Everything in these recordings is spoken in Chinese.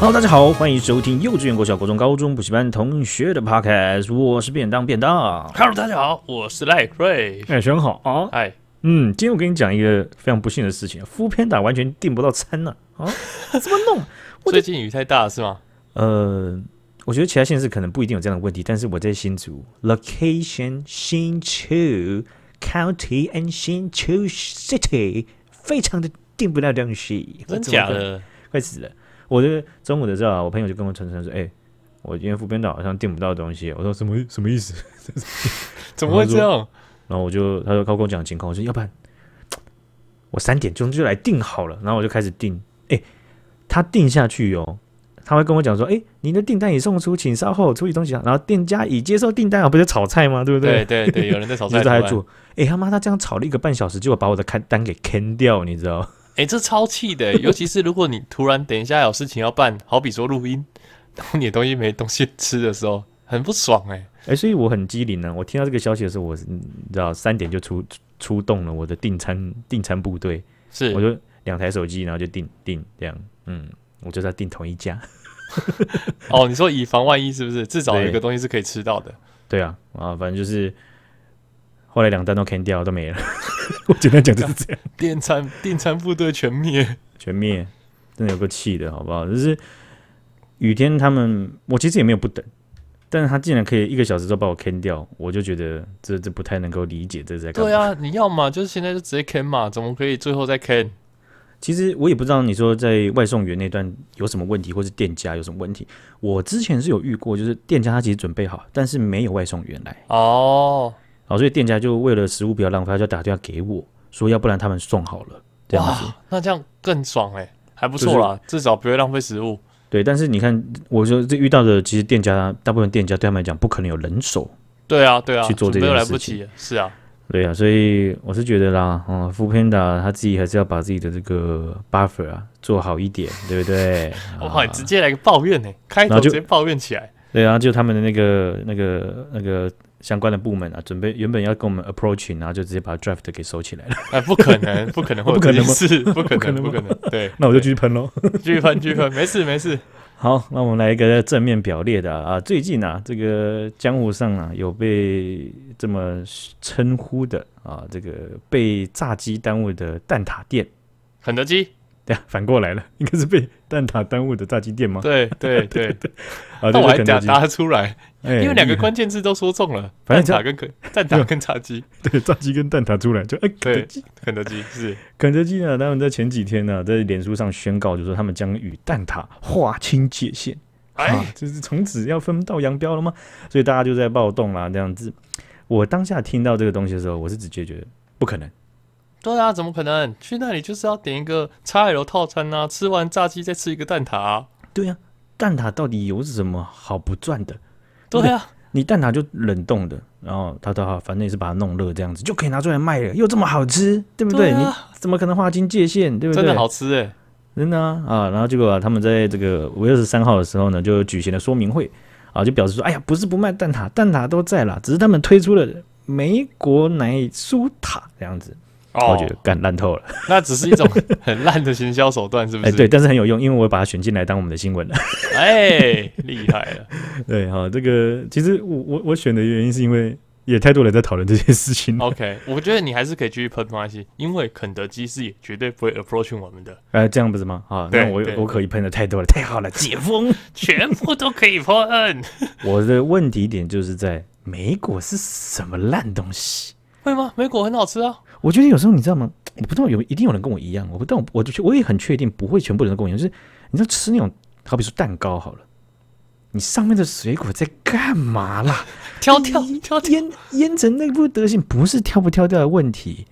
Hello，大家好，欢迎收听幼稚园、国小、国中、高中补习班同学的 Podcast，我是便当便当， Hello，大家好，我是赖瑞。哎，选好啊，哎，嗯，今天我跟你讲一个非常不幸的事情，Food Panda 完全订不到餐呢、啊， 怎么弄？我的最近雨太大是吗？呃，我觉得其他县市可能不一定有这样的问题，但是我在新竹，location 新竹 county and 新竹 city 非常的订不到东西，真假？的？快死了！我就中午的时候啊，我朋友就跟我传传说，哎、我今天副编导好像订不到东西，我说什么意什么意思？怎么会这样？然后我就他说他跟我讲情况，我说要不然我三点钟就来订好了，然后我就开始订。哎，他订下去哦，他会跟我讲说，哎，您的订单已送出，请稍后处理东西啊。然后店家已接受订单啊，不是炒菜吗？对不对对？对对，有人在炒 就菜是他图在案。做，哎他妈他这样炒了一个半小时，结果把我的看单给坑掉，你知道？哎，这超气的， 尤其是如果你突然等一下有事情要办，好比说录音，然后你的东西没东西吃的时候，很不爽哎。哎，所以我很机灵呢、我听到这个消息的时候，我是嗯你知道三点就出出动了我的订餐订餐部队，是我，就两台手机，然后就订订这样，嗯，我就在订同一家。 哦，你说以防万一是不是？至少有一对个东西是可以吃到的。对啊，啊，反正就是后来两单都 can 掉，都没了。 我简单讲就是这样，电餐 电餐部队全灭，全灭，真的有够气的，好不好？就是雨天他们，我其实也没有不等，但是他竟然可以一个小时都把我 can 掉，我就觉得这这不太能够理解这是在干嘛。对 啊，你要嘛就是现在就直接 can 嘛，怎么可以最后再 can？其实我也不知道你说在外送员那段有什么问题，或是店家有什么问题。我之前是有遇过，就是店家他其实准备好，但是没有外送员来，哦，好，所以店家就为了食物不要浪费，他就打电话给我说，要不然他们送好了这样子。哇，那这样更爽哎，还不错啦，至少不会浪费食物。对，但是你看，我说这遇到的其实店家，大部分店家对他们来讲不可能有人手，对啊，对啊，去做这准件备又来事不情及了，是啊，？对啊，所以我是觉得啦，嗯，富片达他自己还是要把自己的这个 buffer 啊做好一点，对不对我靠，你直接来个抱怨呢、开啊然后头就直接抱怨起来，对啊，就他们的那个那个那个相关的部门啊，准备原本要跟我们 approaching，然后就直接把 draft 给收起来了，哎，不可 能，不可能会有不可这件能吗事，不可不可能，能不吗可能，对，那我就继续喷喽。继续喷，继续喷，没事，没事， 好，那我们来一个正面表列的啊，啊最近啊，这个江湖上啊有被这么称呼的啊，这个被炸鸡耽误的蛋挞店， 肯德基，对啊，反过来了， 应该是被蛋挞耽误的炸鸡店吗？对对对，啊，那 对我还肯答德基，答得出来，哎因为两 个厉害关键字都说中了，反蛋正挞跟肯 蛋挞跟炸鸡， 对炸鸡跟蛋挞出来就哎，肯德对基，，肯德基是肯德基呢，他们在前几天呢，在脸书上宣告，就说他们将与蛋挞划清界限。啊哎，，就是从此要分道扬镳了吗？所以大家就在暴动啦，这样子。我当下听到这个东西的时候，我是直接觉得不可能。对啊，怎么可能？去那里就是要点一个 XL 套餐啊，吃完炸鸡再吃一个蛋挞、啊，对呀、蛋挞到底有什么好不赚的？对啊，你蛋挞就冷冻的，然后它的话，反正也是把它弄热，这样子就可以拿出来卖了，又这么好吃，对不对？对你啊，怎么可能划清界限？对不对？真的好吃哎、真的啊啊！然后结果、啊、他们在这个五月二十三号的时候呢，就举行了说明会啊，就表示说，哎呀，不是不卖蛋挞，蛋挞都在啦，只是他们推出了美国奶酥塔这样子，哦我觉得干烂透了。那只是一种 很烂的行销手段，是不哎，是？对，但是很有用，因为我把它选进来当我们的新闻了。哎，厉害了，对，好，这个其实我我我选的原因是因为也太多人在讨论这件事情了。 OK，我觉得你还是可以继续喷没关系，因为肯德基是也绝对不会 approach 我们的，哎，这样不是吗？啊，对那我对我可以喷的太多了，太好了，解 封。全部都可以喷，我的问题点就是在美果是什么烂东西？会吗？美果很好吃啊，我觉得有时候你知道吗？我不知道有一定有人跟我一样，我不但我我就我也很确定不会全部人都跟我一样，就是你知道吃那种好比说蛋糕好了，你上面的水果在干嘛啦？挑挑挑挑，腌腌成那副德行，不是挑不挑掉的问题。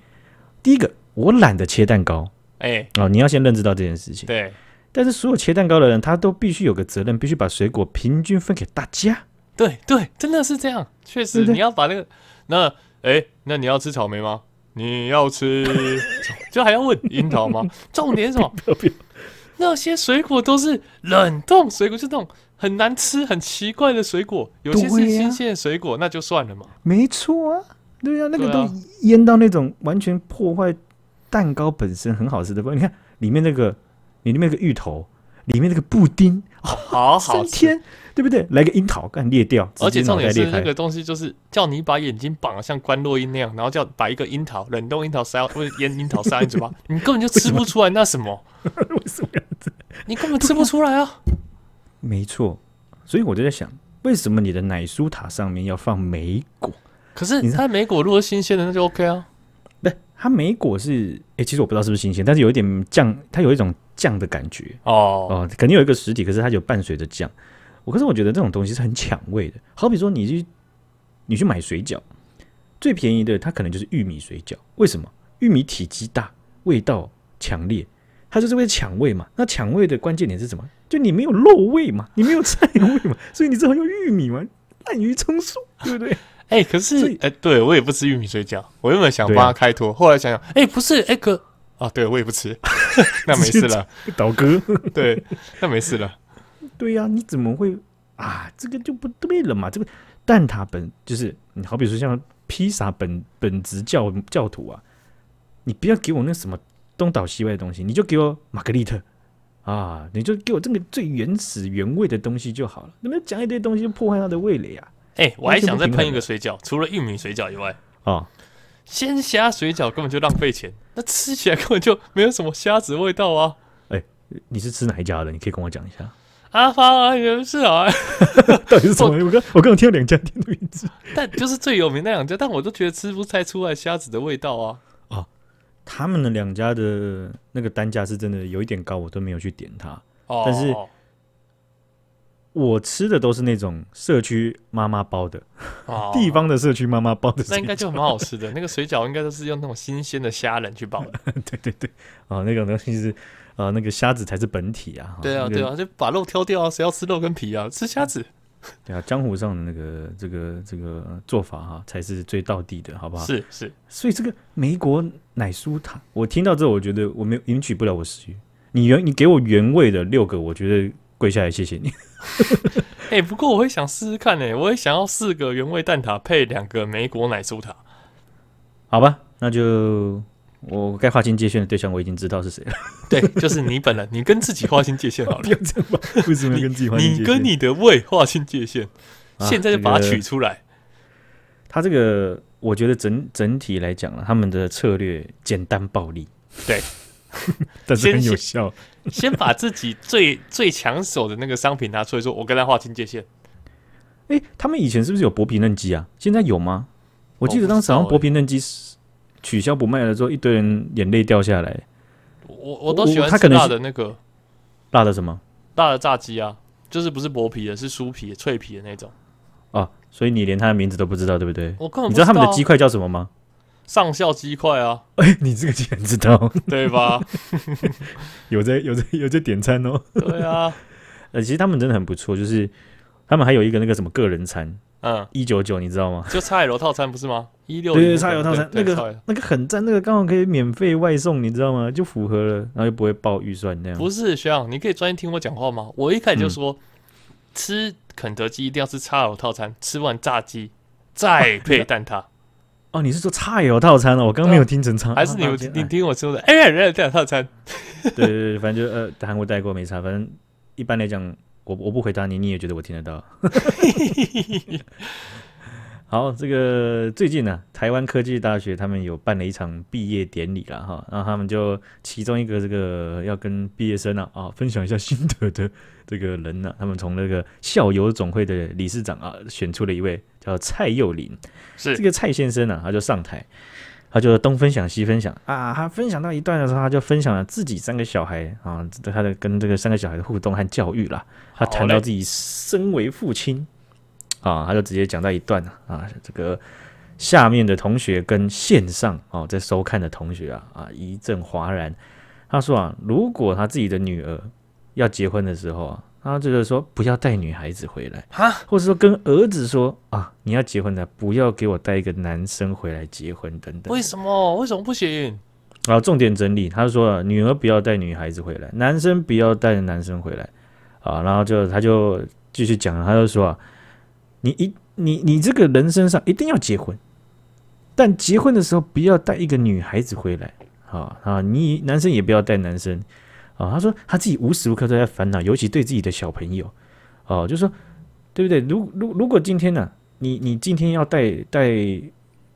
第一个，我懒得切蛋糕哎，啊、哦你要先认知到这件事情。对，但是所有切蛋糕的人，他都必须有个责任，必须把水果平均分给大家。对对，真的是这样，确对实不对你要把那个那哎，那你要吃草莓吗？你要吃就还要问樱桃吗？重点是什么？那些水果都是冷冻水果，就那种很难吃、很奇怪的水果，有些对是呀新鲜的水果，那就算了嘛。没错啊，对啊，那个对啊都腌到那种完全破坏蛋糕本身很好吃的味。你看里面那个，你里面那个芋头，里面那个布丁，好哦好升吃。天，对不对？来个樱桃，干裂掉，而且直接脑重袋点是裂那开。个东西，就是叫你把眼睛绑得像关洛音那样，然后叫把一个樱桃冷冻樱桃塞到，或者腌樱桃塞到你嘴巴，你根本就吃不出来那什么，为什么要你根本吃不出来啊！没错，所以我就在想，为什么你的奶酥塔上面要放梅果？可是你知道它莓果如果新鲜的那就 OK 啊，不，它梅果是，诶，其实我不知道是不是新鲜，但是有一点酱，它有一种酱的感觉哦，哦，肯定有一个实体，可是它有伴随着酱。我可是我觉得这种东西是很抢味的，好比说你去你去买水饺，最便宜的它可能就是玉米水饺，为什么？玉米体积大，味道强烈，它就是为了抢味嘛。那抢味的关键点是什么？就你没有肉味嘛，你没有菜味嘛，所以你只好用玉米嘛，滥竽充数，对不对？ 哎、可是所哎以、对我也不吃玉米水饺，我原本想对啊帮他开脱，后来想想，哎、不是，哎、哥，啊，对我也不吃， 那没事了，倒戈。对，那没事了，对呀、你怎么会啊？这个就不对了嘛！这个蛋挞本就是你，好比说像披萨本本质教教徒啊，你不要给我那什么东倒西歪的东西，你就给我玛格丽特啊，你就给我这个最原始原味的东西就好了。你们讲一堆东西就破坏他的味蕾啊！哎、我还完全想不再平喷衡一的个水饺，除了玉米水饺以外，哦，鲜虾水饺根本就浪费钱，那吃起来根本就没有什么虾子味道啊。你是吃哪一家的？你可以跟我讲一下， 阿发啊，也是啊， 到底是什么？我刚我刚刚听到两家店的名字。但就是最有名那两家，但我都觉得吃不太出来虾子的味道啊。他们的两家的那个单价是真的有一点高，我都没有去点它。哦，但是我吃的都是那种社区妈妈包的，哦地方的社区妈妈包的那水应该就蛮好吃的。那个水饺应该都是用那种新鲜的虾仁去包的。 对对对，啊、那种东西是，啊、那个虾子才是本体啊。哈对啊，那个对啊，就把肉挑掉啊，谁要吃肉跟皮啊？吃虾子对啊，江湖上的那个这个这个呃做法哈、才是最道地的，好不好？。是是，所以这个美国奶酥塔，我听到之后，我觉得我没有引起不了我食欲。你原你给我原味的六个，我觉得跪下来谢谢你。 哎，不过我会想试试看哎，我也想要四个原味蛋挞配两个美国奶酥塔。好吧，那就我该划清界限的对象我已经知道是谁了。 对，就是你本人，你跟自己划清界限好了，要这样吧？为什么要跟自己划清界你限？跟你的胃划清界限，啊现在就把它这个取出来。他这个，我觉得整整体来讲了，啊他们的策略简单暴力，对， 但是先很是有效。先把自己最 最抢手的那个商品拿出来说，我跟他划清界限。哎、他们以前是不是有薄皮嫩鸡啊？现在有吗？我记得当时好我像不知薄道皮嫩鸡是取消不卖了之后，一堆人眼泪掉下来。我我都喜欢他吃可能辣是的那个辣的什么辣的炸鸡啊，就是不是薄皮的，是酥皮的、脆皮的那种。啊？所以你连他的名字都不知道，对不对？我根本你不知道他们啊的鸡块叫什么 吗？上校鸡块啊，哎、你这个竟然知道， 对吧？有在有在有在点餐哦。对啊，呃，其实他们真的很不错，就是他们还有一个那个什么个人餐嗯，一九九，199, 你知道吗？ 就菜楼套餐不是吗？一六对对，差油套餐那菜个那个很赞，那个刚好可以免费外送，你知道吗？就符合了，然后又不会爆预算那样。不是学长，你可以专心听我讲话吗？我一开始就嗯说，吃肯德基一定要吃叉佬套餐，吃完炸鸡再配蛋 挞，哦，你是说差油套餐哦？我刚刚没有听成差，还是你啊有抱歉你哎听我说的？哎，人家蛋挞套餐， 对对对，反正就呃，韩国代购没差，反正一般来讲，我我不回答你，你也觉得我听得到。好，这个最近呢、啊台湾科技大学他们有办了一场毕业典礼了哈，然后他们就其中一个这个要跟毕业生啊啊分享一下心得的这个人呢、他们从那个校友总会的理事长啊选出了一位叫蔡佑林，这是个蔡先生呢、他就上台，他就东分享西分享啊，他分享到一段的时候，他就分享了自己三个小孩啊，他的跟这个三个小孩的互动和教育啦。他好谈到嘞自己身为父亲啊，他就直接讲到一段啊，这个下面的同学跟线上哦、在收看的同学啊啊一阵哗然。他说啊，如果他自己的女儿要结婚的时候啊，他就是说不要带女孩子回来。哈，或者说跟儿子说啊，你要结婚了，不要给我带一个男生回来结婚等等。为什么？为什么不行？ 然后重点整理，他说、啊、女儿不要带女孩子回来，男生不要带男生回来啊。然后就他就继续讲，他就说啊，你一你你这个人身上一定要结婚，但结婚的时候不要带一个女孩子回来啊啊，你男生也不要带男生啊、他说他自己无时无刻都在烦恼，尤其对自己的小朋友哦、就说对不对？如如如果今天呢、你你今天要带带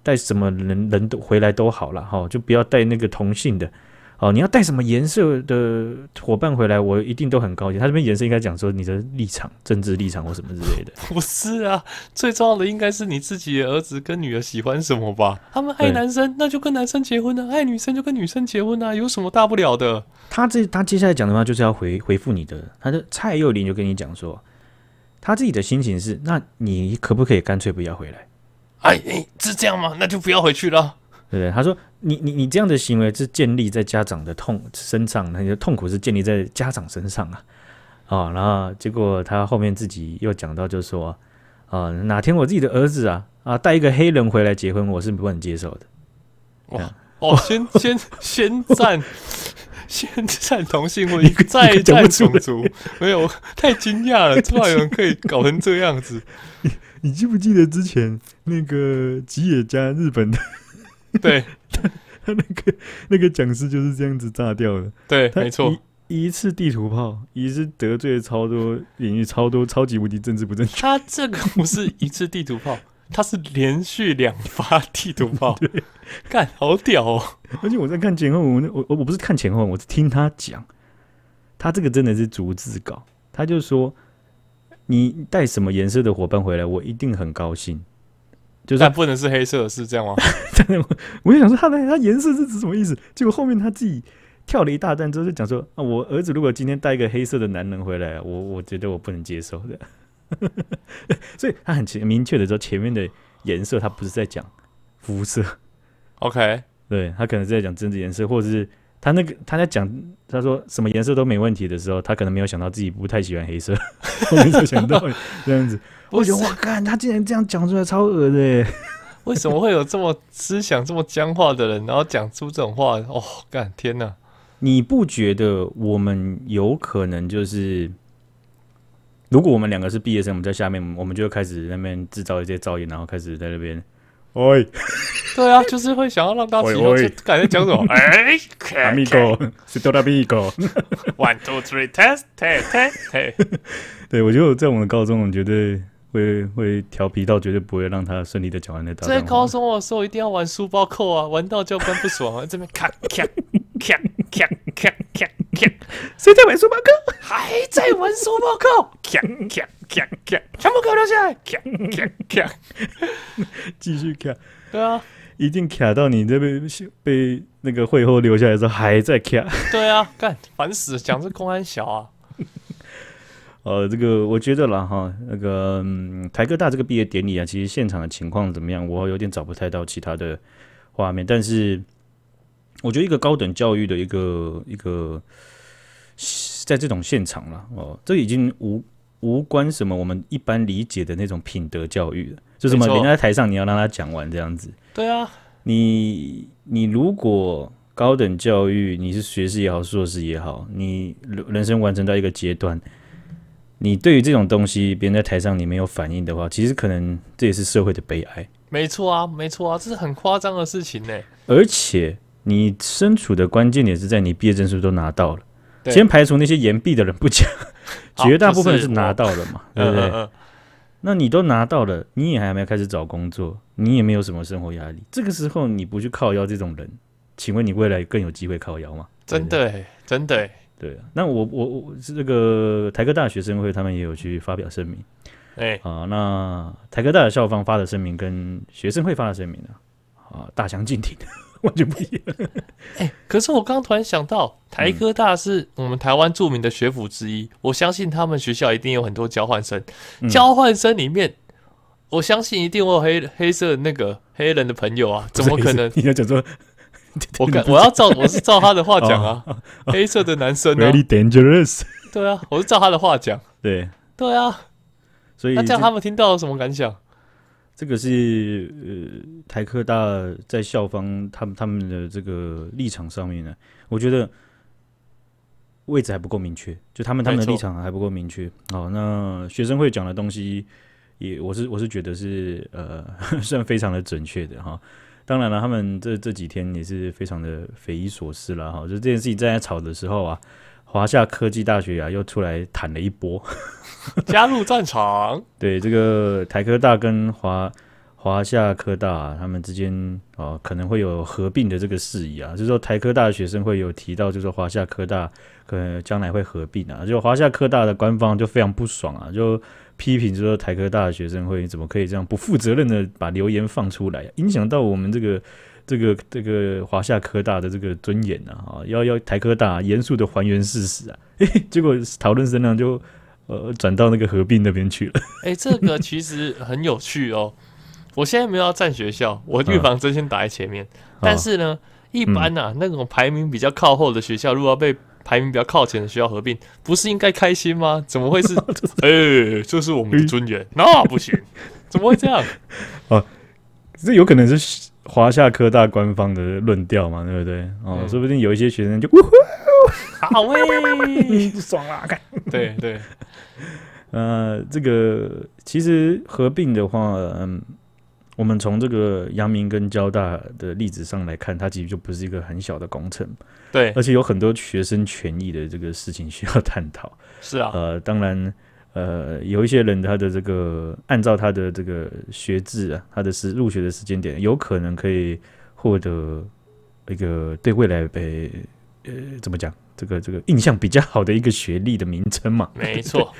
带什么人人都回来都好了哈、就不要带那个同性的哦。你要带什么颜色的伙伴回来，我一定都很高兴。他这边颜色应该讲说你的立场、政治立场或什么之类的。不是啊，最重要的应该是你自己的儿子跟女儿喜欢什么吧？他们爱对男生，那就跟男生结婚啊；爱女生就跟女生结婚啊，有什么大不了的？他这他接下来讲的话就是要回回复你的，他的蔡佑林就跟你讲说，他自己的心情是，那你可不可以干脆不要回来，哎，哎是这样吗？那就不要回去了。对不对？他说你你你这样的行为是建立在家长的痛身上，那你的痛苦是建立在家长身上啊啊、然后结果他后面自己又讲到，就是说啊、哪天我自己的儿子啊啊带一个黑人回来结婚，我是不能接受的。哇哦， 先先先赞， 先赞同性婚你姻，再你讲赞不出种族，没有太惊 讶了，突然有人可以搞成这样子。你记不记得之前那个吉野家日本的 对那个那个讲师就是这样子炸掉的？对，他没错，一，一次地图炮，一次得罪超多领域超多超级无敌政治不正确。他这个不是一次地图炮，他是连续两发地图 炮，干好屌哦！而且我在看前后文，我我我不是看前后文，我是听他讲，他这个真的是逐字稿，他就说你带什么颜色的伙伴回来，我一定很高兴。就是但不能是黑色，是这样吗？我就想说他的他颜色是指什么意思？结果后面他自己跳了一大段之后就讲说啊，我儿子如果今天带一个黑色的男人回来，我我觉得我不能接受的。 所以他很清明确的说，前面的颜色他不是在讲肤色， OK，对他可能是在讲政治颜色，或者是他那个他在讲他说什么颜色都没问题的时候，他可能没有想到自己不太喜欢黑色，我没有想到这样子。 我觉得哇，干他竟然这样讲出来，超恶的耶！为什么会有这么思想这么僵化的人，然后讲出这种话？哦，干天哪！你不觉得我们有可能就是，如果我们两个是毕业生，我们在下面，我们就会开始在那边制造一些噪音，然后开始在那边，喂对啊，就是会想要让大家喂知道喂这感觉讲什么？哎，amigo，是 d o a amigo。 ，One two three test test test test。对，我觉得在我们高中，我们绝对会会调皮到绝对不会让他顺利的讲完那大在段话高中的时候一定要玩书包扣啊，玩到教官不爽啊，这边咔咔咔咔咔咔咔，谁在玩书包课？还在玩书包扣，咔咔咔咔，全部给我留下来，咔咔咔。 继续卡， 对啊，一定卡到你这被被那个会后留下来的时候还在卡。 对啊，干烦死了，讲这公安小啊，呃，这个我觉得啦哈，那个、嗯、台科大这个毕业典礼啊，其实现场的情况怎么样，我有点找不太到其他的画面，但是我觉得一个高等教育的一个一个，在这种现场啦，哦，这已经无无关什么我们一般理解的那种品德教育了，就什么没错人家在台上你要让他讲完这样子，对啊，你你如果高等教育你是学士也好，硕士也好，你人人生完成到一个阶段，你对于这种东西别人在台上你没有反应的话，其实可能这也是社会的悲哀。没错啊，没错啊，这是很夸张的事情呢、而且你身处的关键点是在你毕业证书都拿到了，对先排除那些延毕的人不讲，啊绝大部分人就是是拿我到了嘛，对嗯不对嗯？嗯，那你都拿到了，你也还没有开始找工作，你也没有什么生活压力，这个时候你不去靠腰这种人，请问你未来更有机会靠腰吗？真的、欸，真的、欸，对啊。那我我我是这个台科大学生会，他们也有去发表声明哎、啊、那台科大的校方发的声明跟学生会发的声明呢、啊，大相径庭， 完全不一样。可是我刚刚突然想到，台科大是嗯我们台湾著名的学府之一，我相信他们学校一定有很多交换生，嗯 交换生里面，我相信一定会有黑黑色那个黑人的朋友啊，怎么可能？你要讲说我跟我要照我是照他的话讲啊， 黑色的男生啊， very dangerous？对啊，我是照他的话讲，对，对啊，所以那这样这他们听到有什么感想？这个是呃台科大在校方他们他们的这个立场上面呢，我觉得位置还不够明确，就他们他们的没错立场还不够明确。好，那学生会讲的东西也我是我是觉得是呃 算非常的准确的哈。当然了，他们这这几天也是非常的匪夷所思了哈。就这件事情正在吵的时候啊，华夏科技大学啊又出来谈了一波。加入战场， 对，这个台科大跟华华夏科大、啊、他们之间啊、可能会有合并的这个事宜啊，就是说台科大的学生会有提到，就是说华夏科大可能将来会合并啊，就华夏科大的官方就非常不爽啊，就批评就说台科大的学生会怎么可以这样不负责任的把留言放出来、啊影响到我们这个。这个这个华夏科大的这个尊严啊，啊，要要台科大严肃的还原事实啊， 结果讨论声浪就呃转到那个合并那边去了。哎、这个其实很有趣哦。我现在没有要占学校，我预防针先打在前面。哦但是呢，一般呐、啊，那种排名比较靠后的学校，如果要被排名比较靠前的学校合并，不是应该开心吗？怎么会是？哎、这是我们的尊严，那不行，怎么会这样？这有可能是华夏科大官方的论调嘛，对不对？哦，嗯说不定有一些学生就呜呼，好啊 喂，不爽啦，看。对对，呃，这个其实合并的话，嗯，我们从这个阳明跟交大的例子上来看，它其实就不是一个很小的工程，对，而且有很多学生权益的这个事情需要探讨。是啊，呃，当然，呃，有一些人他的这个按照他的这个学制啊，他的时入学的时间点，有可能可以获得一个对未来被呃怎么讲，这个这个印象比较好的一个学历的名称嘛。 没错，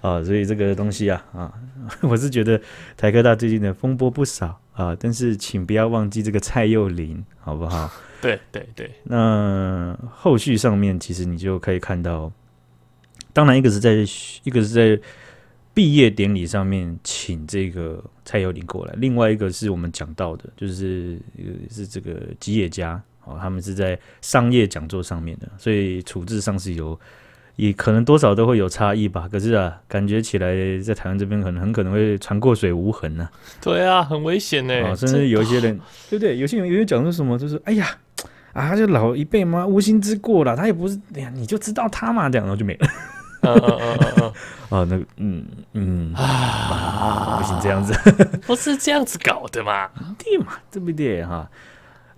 啊，所以这个东西啊啊， 我是觉得台科大最近的风波不少啊，但是请不要忘记这个蔡佑林，好不好？对对对，那后续上面其实你就可以看到，当然一个是在一个是在毕业典礼上面请这个蔡友林过来，另外一个是我们讲到的，就是呃是这个吉野家哦，他们是在商业讲座上面的，所以处置上是有。也可能多少都会有差异吧，可是啊，感觉起来在台湾这边可能很可能会船过水无痕呐、对啊，很危险呢、啊，甚至有一些人，对不对？有些人有些讲说什么，就是哎呀，啊，就老一辈嘛，无心之过了，他也不是，哎呀，你就知道他嘛，这样然后就没了 嗯嗯嗯嗯嗯。啊，那个，嗯嗯，啊，不行，这样子，嗯 不是这样子搞的嘛？对嘛，对不对哈？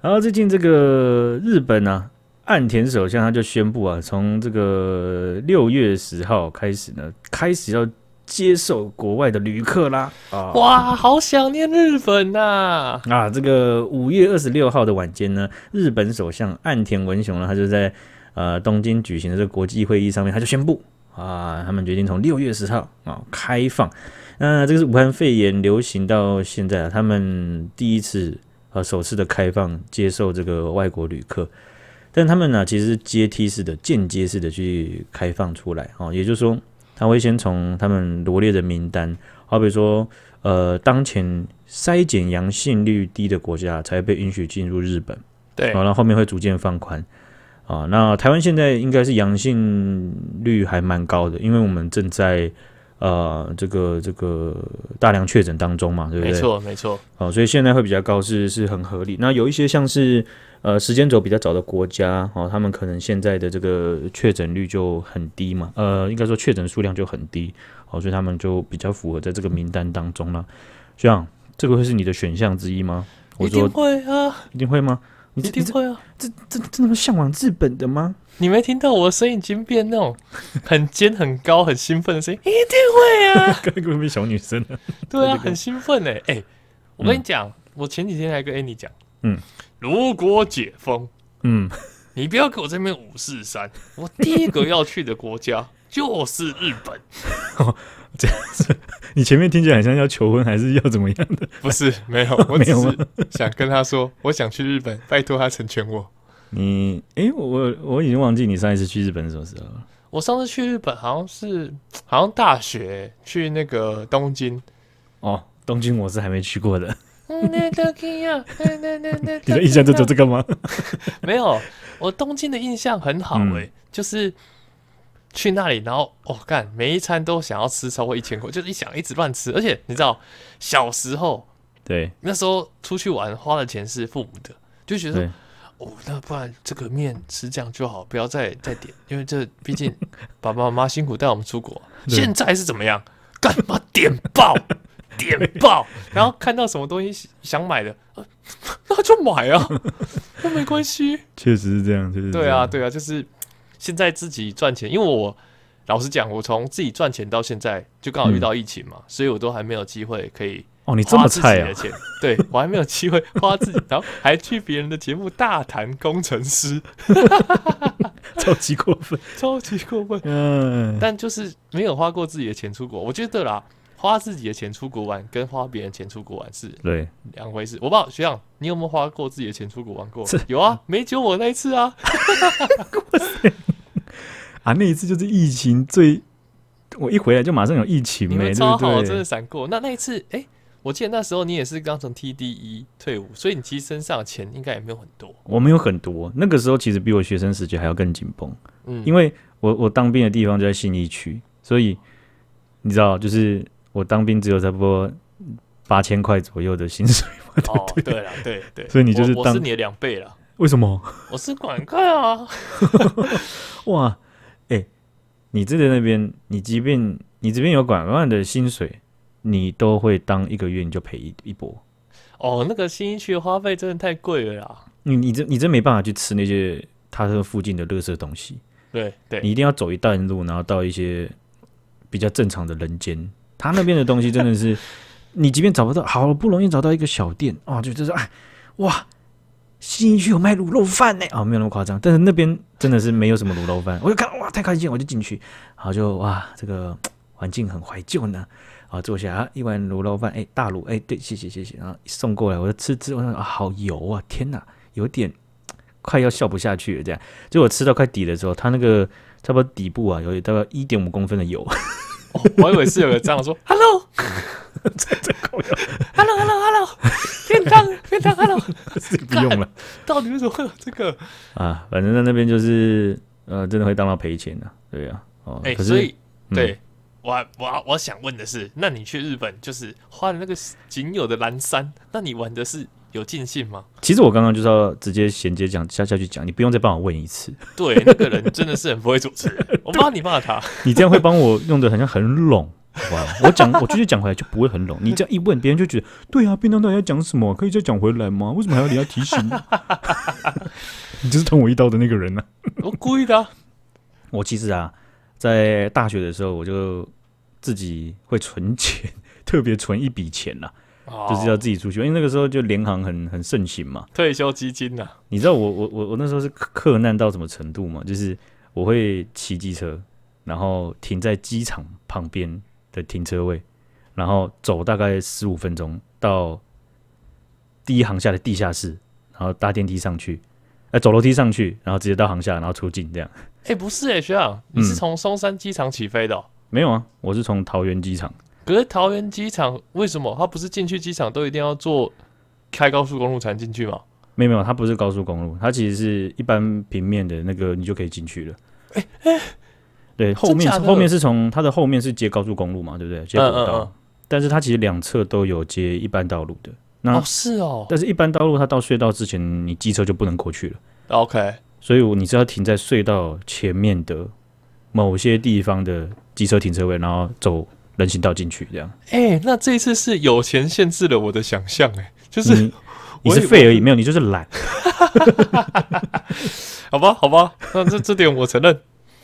然后最近这个日本呢、岸田首相他就宣布啊，从这个六月十号开始呢，开始要接受国外的旅客啦，啊，哇，好想念日本呐、啊，这个五月二十六号的晚间呢，日本首相岸田文雄呢，他就在呃东京举行的这个国际会议上面，他就宣布啊，他们决定从六月十号啊开放。那、这个是武汉肺炎流行到现在啊，他们第一次呃首次的开放接受这个外国旅客，但他们呢其实是阶梯式的、间接式的去开放出来哦，也就是说，他会先从他们罗列的名单，好比说呃，当前筛检阳性率低的国家才被允许进入日本，对好，然后后面会逐渐放宽。啊，那台湾现在应该是阳性率还蛮高的，因为我们正在呃这个这个大量确诊当中嘛，对不没对？错没错，哦，所以现在会比较高是是很合理。那有一些像是呃时间轴比较早的国家哦，他们可能现在的这个确诊率就很低嘛，呃，应该说确诊数量就很低，哦，所以他们就比较符合在这个名单当中了。学长，这个会是你的选项之一吗？我一定说会啊，一定会吗？你一这你定这会啊！这这真的向往日本的 吗？你没听到我的声音已经变那种很尖、很高、很兴奋的声音？一定会啊！刚刚变小女生了。 对啊，这个很兴奋呢、哎、我跟你讲，我前几天还跟 Annie 讲，嗯，如果解封，嗯，你不要给我这边五四三，我第一个要去的国家就是日本， 你前面听起来很像要求婚还是要怎么样的？ 不是没 有，我没只有是想跟他说， 我想去日本，拜托他成全我。你诶，我我已经忘记你上一次去日本是什么时候了。我上次去日本好像是好像大学去那个东 京，哦，东京我是还没去过的。你啊你的的印象就只有这个吗？没有？我东京的印象很好嗯诶、就是去那里，然后哦，干每一餐都想要吃超过一千块，就是一想一直乱吃，而且你知道小时候 对那时候出去玩花的钱是父母的，就觉得对说，哦，那不然这个面吃这样就好，不要再再点，因为这 毕竟爸爸妈妈辛苦带我们出国。对现在是怎么样？干嘛点 爆？点爆！然后看到什么东西想买的，呃 那就买啊，那没关系。确实是这样，确实是这对啊，样。对啊，就是现在自己赚钱，因为我老实讲，我从自己赚钱到现在，就刚好遇到疫情嘛，所以我都还没有机会可以嗯哦，你这花么自己菜啊的？钱，对我还没有机会花自己，然后还去别人的节目大谈工程师，超级过分。超级过分。 嗯，但就是没有花过自己的钱出国，我觉得啦，花自己的钱出国玩跟花别人钱出国玩是对，两回事。我不知道学长，你有没有花过自己的钱出国玩过这？有啊，没酒我那一次啊，啊，那一次就是疫情最，我一回来就马上有疫情你没、们对超不好，真对的？闪过。那那一次，哎、我记得那时候你也是刚从 TDE 退伍，所以你其实身上的钱应该也没有很多。我们有很多，那个时候其实比我学生时期还要更紧绷，嗯，因为我我当兵的地方就在信义区，所以你知道，就是我当兵只有差不多八千块左右的薪水。 哦，对了，对对，所以你就是我我当是你的两倍了，为什么？我是管快啊。哇，哎、你这个那边，你即便你这边有管万的薪水，你都会当一个月你就赔一一波。哦，那个新一区的花费真的太贵了啦。你你这你真没办法去吃那些他这附近的垃圾东西，对对，你一定要走一段路，然后到一些比较正常的人间。他那边的东西真的是， 你即便找不到，好不容易找到一个小店啊，就就是哎，哇，新一区有卖卤肉饭呢，啊，没有那么夸张，但是那边真的是没有什么卤肉饭，我就看哇太开心，我就进去，然后就哇这个环境很怀旧呢。啊，坐下啊，一碗卤肉饭，哎、大卤，哎、对，谢谢谢谢，然后送过来，我就吃吃，我说啊，好油啊，天哪，有点快要笑不下去了，这样，结果吃到快底的时候，它那个差不多底部啊，有大概一点五公分的 油，哦我以为是有个这样说，Hello，在这 Hello，Hello，Hello，便当便当 Hello，是不用了到底为什么会有这个？啊。反正在那边就是呃，真的会当到赔钱的、对啊。哦，哎、可是所以、嗯对我我我想问的是，那你去日本就是花了那个仅有的蓝山，那你玩的是有尽兴吗？其实我刚刚就是要直接衔接讲下下去讲，你不用再帮我问一次， 对，那个人真的是很不会主持人，我骂你骂他，你这样会帮我用的好像很拢。哇，我讲 我继续讲回来就不会很拢，你这样一问，别人就觉得对啊，便当到底要讲什么？可以再讲回来吗？为什么还要你要提醒？ 你就是捅我一刀的那个人呢、我故意的、啊。我其实啊，在大学的时候我就自己会存钱， 特别存一笔钱啦、就是要哦自己出去，因为那个时候就联行很很盛行嘛。退休基金呐、啊，你知道我我我我那时候是克克难到什么程度吗？就是我会骑机车，然后停在机场旁边的停车位，然后走大概十五分钟到第一航下的地下室，然后搭电梯上去，呃，走楼梯上去，然后直接到航下，然后出境这样。哎、不是哎、学长，你是嗯从松山机场起飞的哦、没有啊，我是从桃园机场。可是桃园机场为什么他不是进去机场都一定要坐开高速公路才能进去吗？没有没有，它不是高速公路，它其实是一般平面的那个，你就可以进去了。对，后面假的后面是从它的后面是接高速公路嘛，对不对？接国道，嗯嗯嗯但是它其实两侧都有接一般道路的。那、哦，是哦但是一般道路它到隧道之前，你机车就不能过去了， ，OK，所以我你是要停在隧道前面的某些地方的机车停车位，然后走人行道进去，这样。哎、那这一次是有钱限制了我的想象，哎，就是、你你我是以为废而已，没有你就是懒。好吧，好吧，那这这点我承认。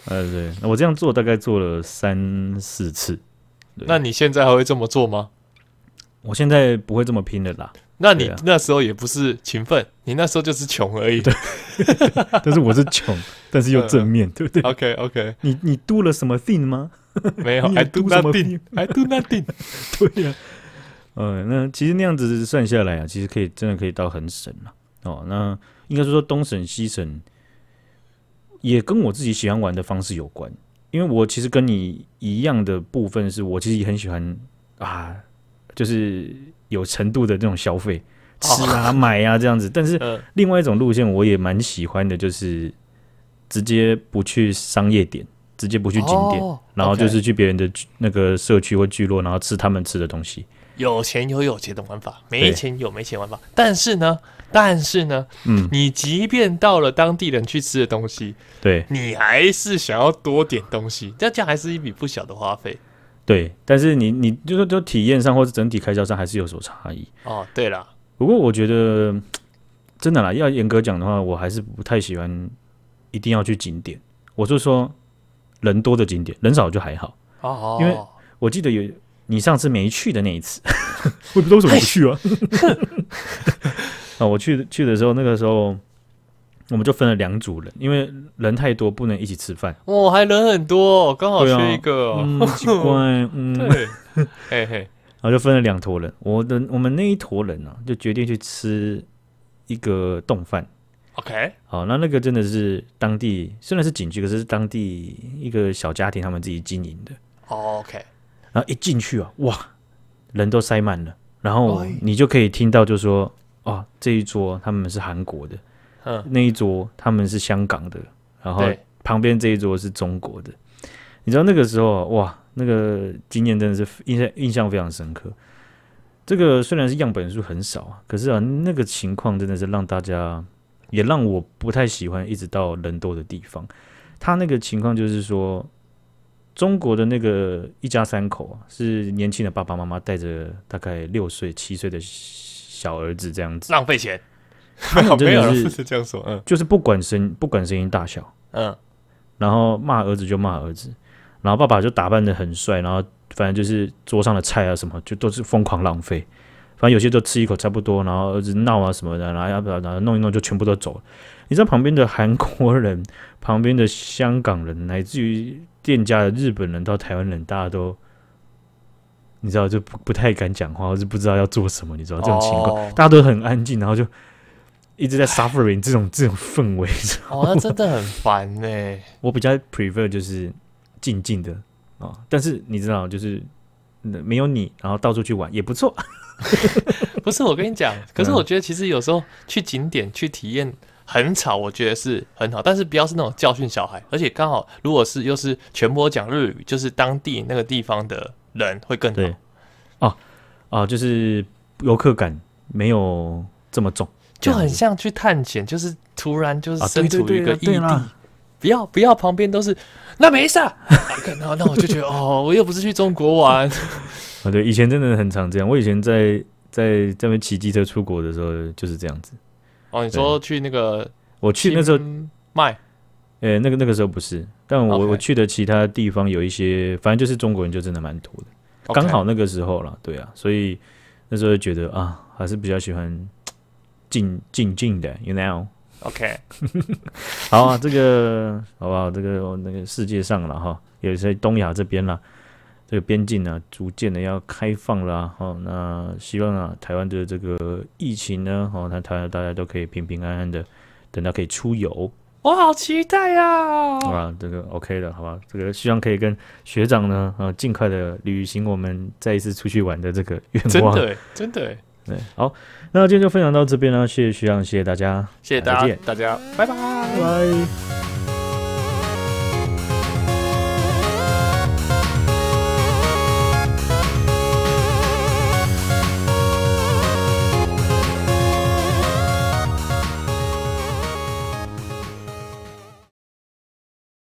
呃，对，那我这样做大概做了三四次。对那你现在还会这么做吗？我现在不会这么拼了啦，那你对啊那时候也不是勤奋，你那时候就是穷而 已。但是我是穷，但是又正面，对不对？ OK OK，你你 do 了什么 thing 吗？ 没有你 ，I 也 do 读什么 nothing，I do nothing。对呀、呃，那其实那样子算下来啊，其实可以真的可以到很省了、哦，那应该说东省西省，也跟我自己喜欢玩的方式有关。因为我其实跟你一样的部分是我其实也很喜欢啊，就是有程度的这种消费，吃啊、买啊这样子。但是嗯，另外一种路线我也蛮喜欢的，就是直接不去商业点，直接不去景点，哦然后就 OK 是去别人的聚那个社区或聚落，然后吃他们吃的东西。有钱有有钱的玩法，没对钱有没钱玩法。但是呢，但是呢，嗯，你即便到了当地人去吃的东西，对你还是想要多点东西，那这样还是一笔不小的花费。对，但是你你就是就体验上或是整体开销上还是有所差异。哦，对了，不过我觉得真的啦，要严格讲的话，我还是不太喜欢一定要去景点。我就说人多的景点，人少就还好。哦，因为我记得有你上次没去的那一次，我也不知道为什么不去 啊。啊，我去去的时候，那个时候我们就分了两组人，因为人太多不能一起吃饭。哇，还人很多哦，刚好对啊缺一个哦。嗯，奇怪，嗯，然 对，嘿嘿，后就分了两坨人。我的我们那一坨人啊，就决定去吃一个冻饭。 OK，好，那那个真的是当地虽然是景区，可是是当地一个小家庭他们自己经营的。哦，OK，然后一进去啊，哇，人都塞满了，然后哎你就可以听到就说，哦，这一桌他们是韩国的，嗯，那一桌他们是香港的，然后对，旁边这一桌是中国的。你知道那个时候啊哇，那个经验真的是印象印象非常深刻。这个虽然是样本数很少啊，可是啊，那个情况真的是让大家也让我不太喜欢一直到人多的地方。他那个情况就是说，中国的那个一家三口啊，是年轻的爸爸妈妈带着大概六岁七岁的小儿子这样子，浪费钱，他们 没真有的人是是这样说，嗯就是不管声不管声音大小。嗯，然后骂儿子就骂儿子，然后爸爸就打扮的很帅，然后反正就是桌上的菜啊什么，就都是疯狂浪费。反正有些就吃一口差不多，然后儿子闹啊什么的，然后要不然然后弄一弄就全部都走了。你知道旁边的韩国人、旁边的香港人，乃至于店家的日本人到台湾人，大家都你知道就不不太敢讲话，或是不知道要做什么，你知道这种情况，哦大家都很安静，然后就一直在 suffering 这种这种氛围，你知道吗哦，那真的很烦呢。我比较 prefer 就是静静的啊、但是你知道，就是嗯没有你，然后到处去玩也不错。 不是我跟你讲，可是嗯我觉得其实有时候去景点去体验很吵，我觉得是很好，但是不要是那种教训小孩，而且刚好如果是又是全部都讲日语，就是当地那个地方的人会更对好。啊、就是游客感没有这么重，就很这样子像去探险，就是突然就是啊，身处于一个异对地，啦，不要不要旁边都是那没啥，啊 干那那我就觉得哦，我又不是去中国玩，啊，对，以前真的很常这样。我以前在在这边骑机车出国的时候就是这样子。哦，你说去那个我去那时候，卖呃、那个那个时候不是，但我 OK 我去的其他地方有一些，反正就是中国人就真的蛮多的。刚好那个时候了，对啊，所以那时候就觉得啊，还是比较喜欢静静静的，you know。 OK，好啊，这个 好不好？这个哦那个世界上了哈，有些东亚这边啦，这个边境呢，逐渐的要开放了啊哦。那希望啊，台湾的这个疫情呢，哦，那台湾大家都可以平平安安的，等到可以出游我好期待呀、啊，这个 OK 的，好吧？这个希望可以跟学长呢，啊，尽快的履行我们再一次出去玩的这个愿真望。的欸真的，对，好，那今天就分享到这边啦，谢谢徐阳，谢谢大家，谢谢大再家见，大家拜拜。拜。